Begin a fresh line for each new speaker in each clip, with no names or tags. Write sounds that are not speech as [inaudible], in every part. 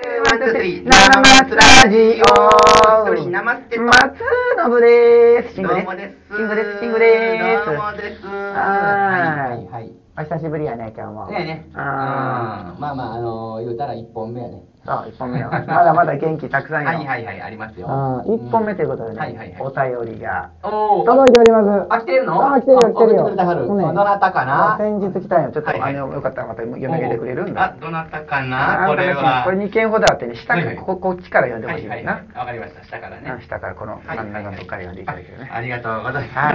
夏釣り、七松ラジオ一人生ってと
松信です。シング
どう
で。
もですす
シングです。シングです。
どうもです
はーい
はいはい。ね
お久しぶりやね、今日も。
えね。
あ
うんまあまあ、あのー言うたら一本目やね。
あ。そう、一本目は。まだまだ元気たくさん
[laughs]
よ。
はいはいはい、ありますよ。
うん一本目ということで
はいはい
ね、
は
お便りが
おー
届いております。
あ、来てるの
あ、来てるよ、来てる
あ送ってくれたはる。
よ。
どなたかな
先日来たんよ。ちょっと、
はいは
あ
い
の、よかったらまた読み上げてくれるんだ
あ、。どなたか
あ
なこれは。
これ2件ほどあってね、下
は
か
いはい
こ、こっちから読んでほしい
は
ね
い
ん
は。。
ない
わかりました、下から
うん
ね。
下からこの
はい
真ん中のとこから読んでいただいてね。
あありがとうございます。
はい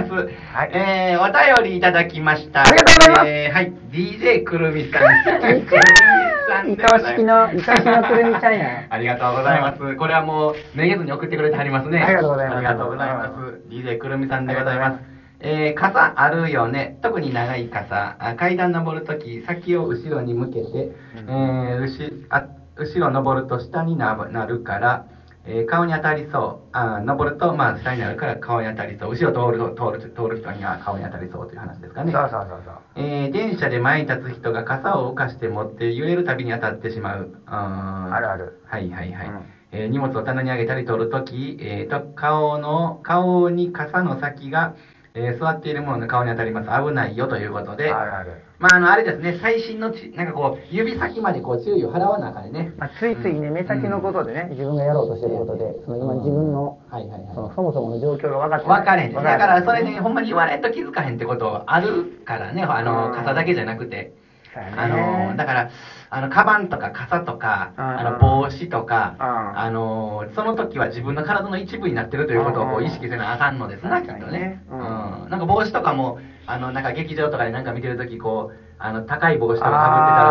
はい
えー、お便りいただきました。
ありがとうございます
えーはい、DJ くるみさん。
い
くるみさんでございます
いかわしきのいかわしのくるみちゃんや
ありがとうございます。これはもう、めげずに送ってくれてはりますね。
ありがとうございます
ありがとうございます。DJ くるみさんでございます。えー、傘あるよね。特に長い傘。あ階段登るとき、先を後ろに向けて、
うん
えーうしあ後ろ登ると下にななるから、えー顔に当たりそうあー登ると、まあ、下になるから顔に当たりそう後ろ通る通る通る人には顔に当たりそうという話ですか
そう
ね
そうそうそう。
えー電車で前に立つ人が傘を浮かして持って揺れるたびに当たってしまうあー
あるある
はいはいはい、
うん
えー荷物を棚に上げたり取るとき、えーと顔の顔に傘の先が、えー座っているものの顔に当たります危ないよということで
あるある。
まあ、あの、あれですね、最新のち、なんかこう、指先までこう、注意を払わなあかんね。
まあ、ついついね、目先のことでね、自分がやろうとしてることで、その今自分の、
はいはい
その
は
そもそもの状況が分かってない
分かれへん。だ
分
から、それ
ね
ね、ほんまに言われんと気づかへんってことあるからね、あ
うん
の、傘だけじゃなくて。あ
あ
の、だか
か
ら、あの、カバンとか傘とか、
うん
あの、帽子とか、
うん
あの、その時は自分の体の一部になってるということをこ
う
うん意識せなあかんのですな、
確
き
か
っ
に
と
ね
ね。う
うんん。
なんか帽子とかも、あの、なんか劇場とかでなんか見てる時こう、あの、高い帽子とか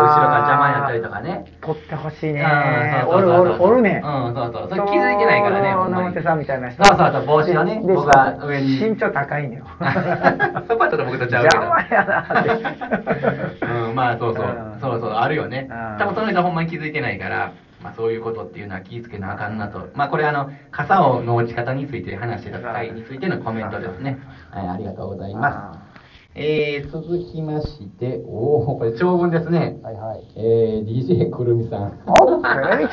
かぶってたら後ろが邪魔になったりとかね。
取ってほしいね
うん
おるおるおるね
うん、そうそう。それ気づいてないからね、ほんま
直
に
手さんみたいな人
そうそうそう、帽子のね、
で
僕は上に。
身長高いのよ [laughs]
そこはちょっと僕とちゃうけど。
邪魔やなって
うん、まあそうそう、
うん
そうそう、あるよね
うん。
多分その人はほんまに気づいてないから、まあそういうことっていうのは気ぃつけなあかんなと。まあこれあの、傘をの落ち方について話してた回についてのコメントですね。
い。はい、ありがとうご
[laughs]
ざいま
あ
す。えー、続きまして、おおこれ長文ですね。
ーはいはい
えー、DJ くるみさ
[laughs]
ん。
おっくるみち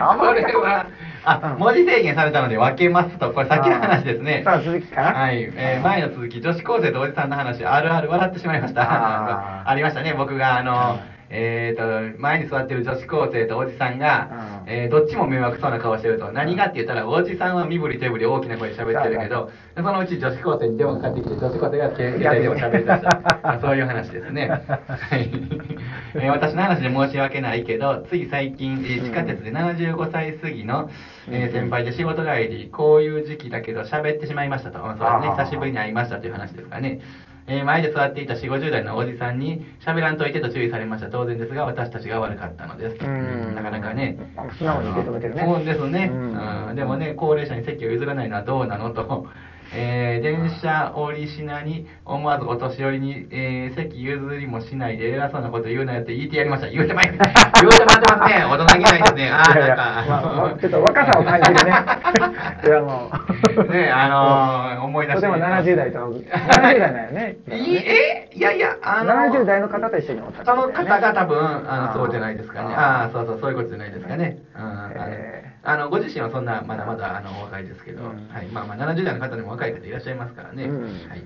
ゃん
これは、あ、文字制限されたので分けますと、これ先の話ですね。
さあ続きかな
はい、えー前の続き、女子高生とおじさんの話、あるある笑ってしまいました。
あ
[laughs]
ー
ありましたね、僕が、あの、えーと、前に座ってる女子高生とおじさんが、
うん
えーどっちも迷惑そうな顔してると、何がって言ったら、おじさんは身振り手振り大きな声で喋ってるけど、そのうち女子高生に電話かかってきて、女子高生が携携帯でも喋り出した。まあそういう話ですね。はい。えー私の話で申し訳ないけど、つい最近、えー地下鉄で75歳過ぎの、えー先輩で仕事帰り、こういう時期だけど喋ってしまいましたと。そうですね、
あー
久しぶりに会いましたという話ですかね。えー前で座っていた4、50代のおじさんに喋らんといてと注意されました。当然ですが、私たちが悪かったのです。
うん
なかなかね。
素直に受け止めてるね
そうですね。
うん
うんでもね、高齢者に席を譲らないのはどうなのと。 [laughs] えー電車降りしなに思わずお年寄りに、えー席譲りもしないで偉そうなこと言うなよって言ってやりました。言うてまい言う
[laughs]
てまってますね。大人げないですね。ああ、
いや
な
いや
んか。
まあちょっと若さを感じる
[laughs]
ねいやもう
ねあのー思い出し
と
て
ても70代とは70代なんよね
[laughs] いえいやいや、あの
70代の方と一緒におったって
そ
ことだ
の
よね
方が多分、あの、そうじゃないですかね。あ
あー
あー、そうそう、そういうことじゃないですかね。うん、あの
え
あの、ご自身はそんな、まだまだ、あの、お若いですけど、
うん
はい。まあまあ、70代の方でも若い方いらっしゃいますからね。
うん
はい。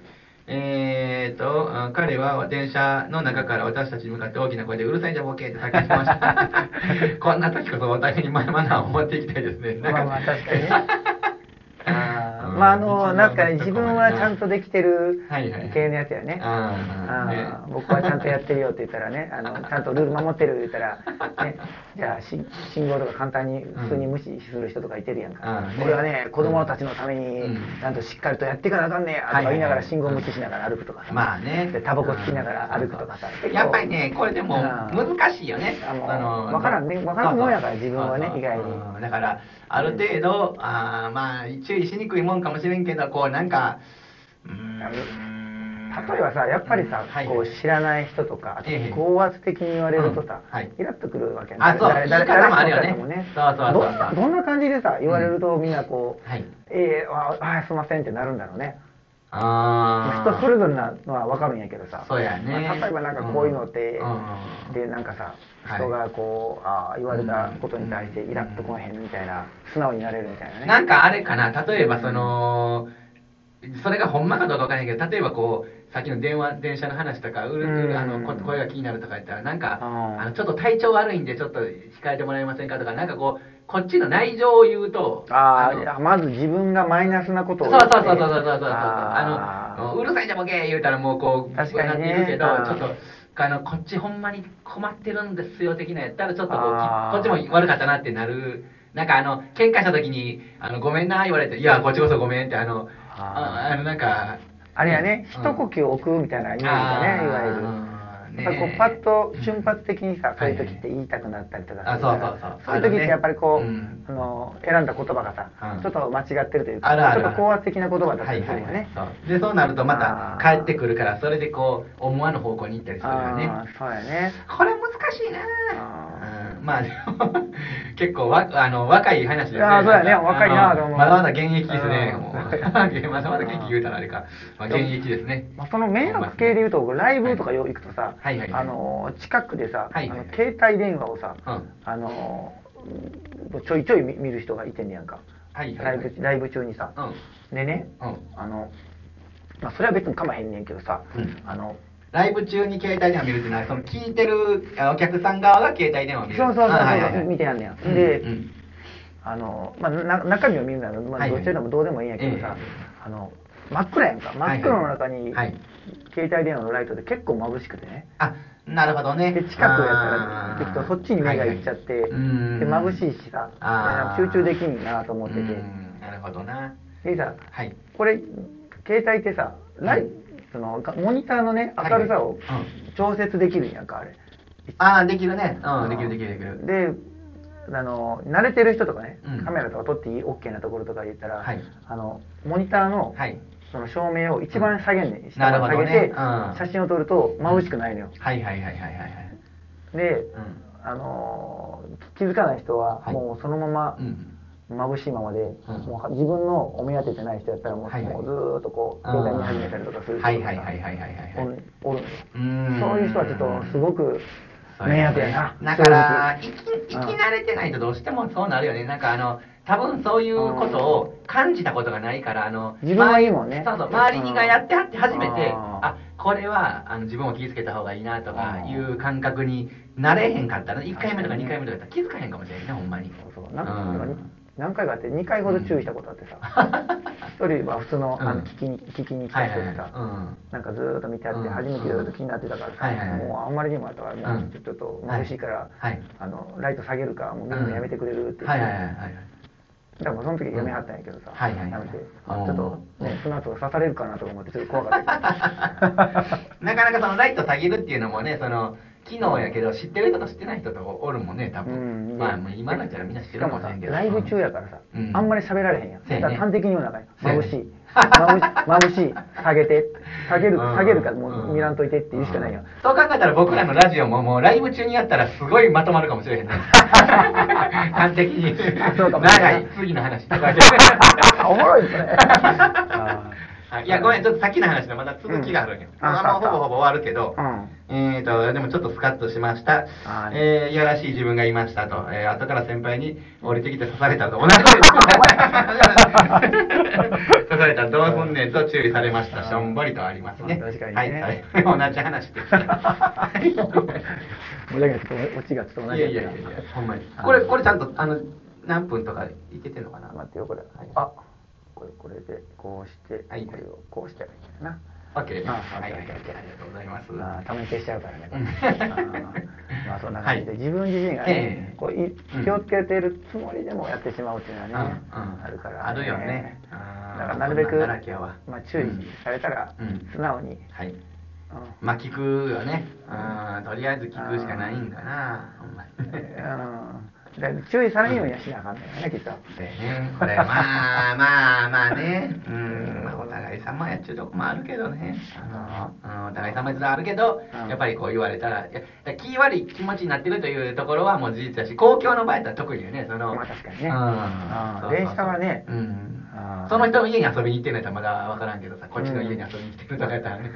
えーと、あ彼は電車の中から私たちに向かって大きな声でうるさいんじゃボケって叫びました。
[laughs]
こんな時こそお互いにマナーを持っていきたいですね。なん
ま
か
あまあ確
[laughs]
かにねあー
うん
まああのなんかね
一
自
番
分はちゃんとできてる
はいはい
系のやつやね
あ
あ
あ
ー僕はちゃんとやってるよって言ったらね
[laughs]
あのちゃんとルール守ってる言ったら、ね、じゃあし信号とか簡単に普通に無視する人とかいてるやんか、
うん
俺はね子供たちのために
うん
ちゃんとしっかりとやっていかなあかんねやとか言いながら信号無視しながら歩くとかさ
まあね
でタバコ吸きながら歩くとかさ
うんやっぱりねこれでも
うん
難しいよね
あの
そ
わからんねわからんもんやから
そうそう
自分は
そ
ね
うそう
意外に
うんだからある程度、あーまあ注意しにくいもんかもしれんけどこうなんかうーん
例えばさやっぱりさ、
うんはい
こう知らない人とかあと
ええ
高圧的に言われるとさ、
うんはい
イラッとくるわけや
あそう
誰
言い方もあるよね
誰しもそうや
そうそうそう
と思どんなどんな感じでさ言われるとみんなこう、
はい
ええああすいませんってなるんだろうね
あ
人
あ
それぞれなのは分かるんやけどさ、
そうやね
まあ例えばなんかこういうのって
うんうんうん、
で、なんかさ、
はい
人がこう、ああ、言われたことに対してイラッとこへんみたいな、素直になれるみたいなね。
なんかあれかな、例えばその、それがほんまかどうかわからないけど、例えばこう、さっきの電話、電車の話とか、うるう
うん
る、あの、こ声が気になるとか言ったら、なんか、
うん
あの、ちょっと体調悪いんで、ちょっと控えてもらえませんかとか、なんかこう、こっちの内情を言うと、
あ
あの
あ、まず自分がマイナスなこ
そ
と
う
を
そ
言
う
っ
そ
て
うそうそうそうそうそう
あ
あ
あ
のうるさいじゃボケー言うたらもうこう
確かにね
なっていくけど
ああ
ちょっとあのこっちほんまに困ってるんですよ的なやったらちょっとこう
ああ
きこっちも悪かったなってなるなんかあの喧嘩した時にあのごめんな言われていやこっちこそごめんってあの
あ
ああのなんか
あれやね、
うん
一呼吸置くみたいなイメージだね、いわゆる。
ゆ
やっぱこうパッと瞬発的にさ、こういう時って言いたくなったりとかするから
はいはいあそうそうそう
そういう時ってやっぱりこう、
うん
あの選んだ言葉がさ、
うん
ちょっと間違ってるというか
あるある
ちょっと高圧的な言葉だった
は
り
い
する
は
よ
い
ね、
はいそうでそうなるとまた
ああ
帰ってくるからそれでこう思わぬ方向に行ったりするよね
あーそうやね
これ難しいなぁうんまあでも [laughs] 結構わあの若い話ですね
いやーそうやね
なんか
若いなぁ
あの
と思う
まだまだ現役ですね
うん
もう [laughs] まだまだ元気言うたらあれか、まあ、現役ですね
まあ、その迷惑系で言うと、僕ライブとかよう行くとさ、
はいはいはい
あのー近くでさ、
はいはい
あの携帯電話をさ、
うん
あのーちょいちょい見見る人がいてんねやんか、
はいは
ラ
い
イ
はい
ブライブ中にさ、
うん
でね、
うん
あの、まあ、それは別にかまへんねんけどさ、
うん
あの
ライブ中に携帯電話見るっていうのはその聞いてるあお客さん側が携帯電話を見る
そうそうそうそう
あはいはいはい
見てやんねや
うん
で
うん
あの、まあ、な中身を見るなら、ま
は
あ、
い
ど
はい
っちでもどうでもいいんやけどさ、
え
あの真っ暗やんか真っ暗の中に、
はいはい
携帯電話のライトで結構眩しくてね
あなるほどね
で近くやったらできとそっちに目が行っちゃって、
はいはいうん
で眩しいしさ
あー
集中できんなと思ってて、
うんなるほどな
でさ
はい
これ携帯ってさライ、そのかモニターのね明るさを
はいはい
調節できるんやんかあれ、
ああできるねうんできるできるできる
であの慣れてる人とかね、
うん
カメラとか撮っていい OK なところとか言ったら、
はい
あのモニターの,、
はい
その照明を一番下げんね、
ん
下まで下げ
な
て、
るほどねうん
写真を撮ると眩しくないのよ、
はいはいはいはいはいはい
で、
うん
あのー気づかない人は
はい
もうそのまま
うん
眩しいままで、
ん
もう自分のお目当てじゃない人やったらもう,、
はいはい
もうずーっとこう携帯見始めたりとかする人
はいはいはいはいはいはい
おるおるのよ
うーん
そういう人はちょっとすごく迷惑やな
だから
正
生き生き慣れてないとどうしてもそうなるよねなんかあの多分そういうことを感じたことがないからあの
自分はいいもんね
周りそうそう周りがやってはって初めて
うん
あこれはあの自分を気ぃつけた方がいいなとか
うん
いう感覚になれへんかったら1回目とか2回目とかやったら気づかへんかもしれないねほんまに [laughs]
直そうそうなんか
うん
何回かあって2回ほど注意したことあってさ、
[laughs]
一人は普通のあの聞きに聞きに来た人でさ、
うん
なんかずーっと見てあって、
うん
初めてずっと気になってたからさ、
はいはいはい
もうあんまりにもあったから、
うん
もうちょっと眩しいから、
はい
あのライト下げるからもう見るのやめてくれるって言
は
って、
いはいはいはい
だからもうその時やめはったんやけどさ、
はいはい
やめて、
うん
ちょっとねその後刺されるかなとか思ってちょっと怖かっ
[laughs]
たけど
なかなかそのライト下げるっていうのもね、その機能やけど、知ってる人と知ってない人とおるもんね、多
うん
分。まあ、もう今だったらみんな知って
し
る
か
かも
も
し
さ
れんけど。
ライブ中やからさ、
うん
あんまり喋られへんやん、
そうやね
だから端的に言うなか眩しい、
そうや
眩
ね [laughs]
しい眩しい下 [laughs] げて下げる
うん
下げるからもう見らんといてって言うしかないやん、
んそう考えたら僕らのラジオももうライブ中にやったらすごいまとまるかもしれ
[laughs]
へんね端的に
あそうかもしれんな
長い次の話
[laughs] おも
[laughs]
ろいそれあ
はいいやごめんちょっとさっきの話のまた続きがあるんや、
うんあ
まあもうほぼほぼ終わるけど、
うん
えーとでもちょっとスカッとしました
あー、
えーいやらしい自分がいましたと、えー後から先輩に降りてき [laughs] て刺されたと同じ刺されたらどうすんねんと注意されましたしょんぼりとありますね
まあ確かに
はい
ね
はい、 [laughs] 同じ話ですね
申し訳ないちょっとオチがちょっと
[laughs]
同
い
じ
やいやいやいやほんまにこれこれちゃんとあの何分とかいけてんのかな
待ってよこれ、
い
あこれこれでこうして、
はい
これをこうしてはいいんだな
OK
あ
はいはいはいあ
OK
りがとうございます
あーため消しちゃうからね。
うん
あー [laughs] まあそんな感じで、
はい
自分自身が
え
ね
え、
こうい
うん
気をつけてるつもりでもやってしまうっていうのはね、
うんうん
あるから、
あるよねあー
だからなるべ
そ
く
んなんだらけやわ
まあ注意されたら、
うん
素直
[laughs]
に、うん
はいまあ聞くよねうんとりあえず聞くしかないんかなほんまに
うん、だから注意されんようにはしなあかんのよね、きっと。
そうやねこれまあまあまあねうんまあお互い様やっちゅうとこもあるけどねあの、うん、お互い様やっちゅうとこあるけど
うん
やっぱりこう言われたらいやだから気悪い気持ちになってるというところはもう事実だし公共の場合やったら特にねその
まあ確かにね
うん
あー
そうそうそう
電車はね
うん
あー
その人の家に遊びに行ってんのやったらまだわからんけどさ、こっちの家に遊びに来てるとかやったらね、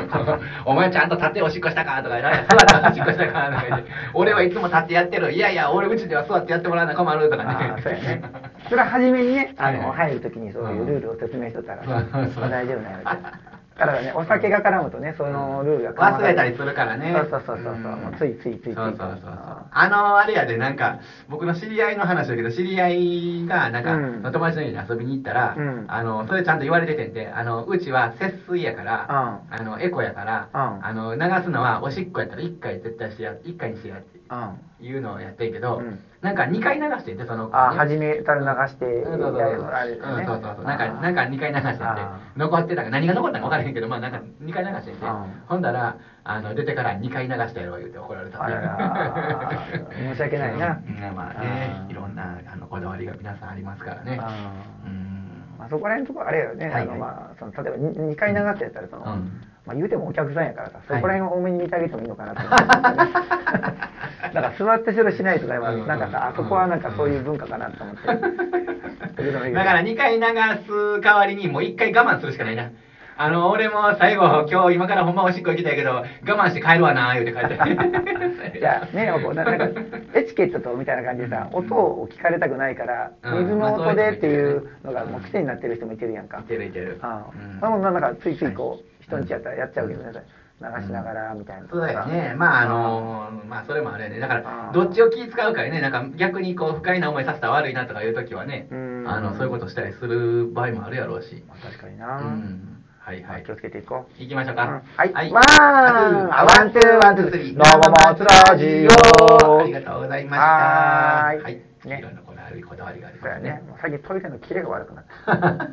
[laughs] お前ちゃんと立っておしっこしたかとか、いらない座っておしっこしたかとか言って、俺はいつも立ってやってる、いやいや、俺うちでは座ってやってもらわな困るとか
ああそうやね
ね。
それは初めに
[laughs]
ねあの
はいはい
入るときにそういうルールを説明しとったら、
うんそうそう
大丈夫なよってただねお酒が絡むとねそのルールが
忘れたりするからね。
そうそうそうそう、
ん
もうついついついつい
そうそうそうそう。あの、あれやで、なんか、僕の知り合いの話だけど、知り合いが、なんか、
うん
友達の家に遊びに行ったら、
うん
あの、それちゃんと言われててんで、あの、うちは節水やから、あの、エコやから、
うん
あの、流すのはおしっこやったら1回絶対してや、1回にしてやって
うん
いうのをやってんけど、
うん
なんか2回流してんて、その子
あ
はね、
始めたら流して
そうそうそう
あれだ
う
ね
んそうそうそうなんか
あー
なんか2回流してて
あー
残ってたから何が残ったか分からへんけどまあなんか2回流してて
うん
ほんだらあの出てから2回流したやろ言うて怒られた
あらら
[laughs]
申し訳ないな
うんねまあね
あー
いろんなあのこだわりが皆さんありますからね
あー [laughs]
うん
まあ、そこら辺のところあれよね、
はいはい
あのまあ、その例えば2回流すやったらその、
うん
まあ、言うてもお客さんやからさそ
は
こ
い
ら辺を多めに見てあげてもいいのか
[laughs]
なと思って、 [laughs] なんか座ってしろしないとか、まあ
うん
なんかさあそこはなんかそういう文化かなと思って、
だから2回流す代わりにもう1回我慢するしかないな。あの、俺も最後、今日今からほんまおしっこ行きたいけど、我慢して帰るわな、言うて帰って。
[laughs] じゃあねこうななんかエチケットとみたいな感じでさ音を聞かれたくないから
うん
水の音でっていうの
まあそういう人もいるよ
が
ね
もう癖になってる人もいてるやんか
いけるいける。
ああ、
うん
それもなんかついついこう人んちやったらやっちゃうけどね流しながらみたいな
そうだよね。まあ、あのまあ、それもあれやね。だから、
あー
どっちを気使うかやね、なんか逆にこう、不快な思いさせたら悪いなとかいう時はね、
うん
あの、そういうことしたりする場合もあるやろうし。
まあ確かに
う
な、
ん。はい
ま
は
あ
い
気。をつけていこう
行きましょうか。
はいワンワンツーワンツースリー
どうももつラジオ。ありがとうございました。
はーい
はい。
ね
いろんなこだわりこだわりがあり
そう
ま
や
す
ね
ね。
もう最近トイレのキレが悪くなった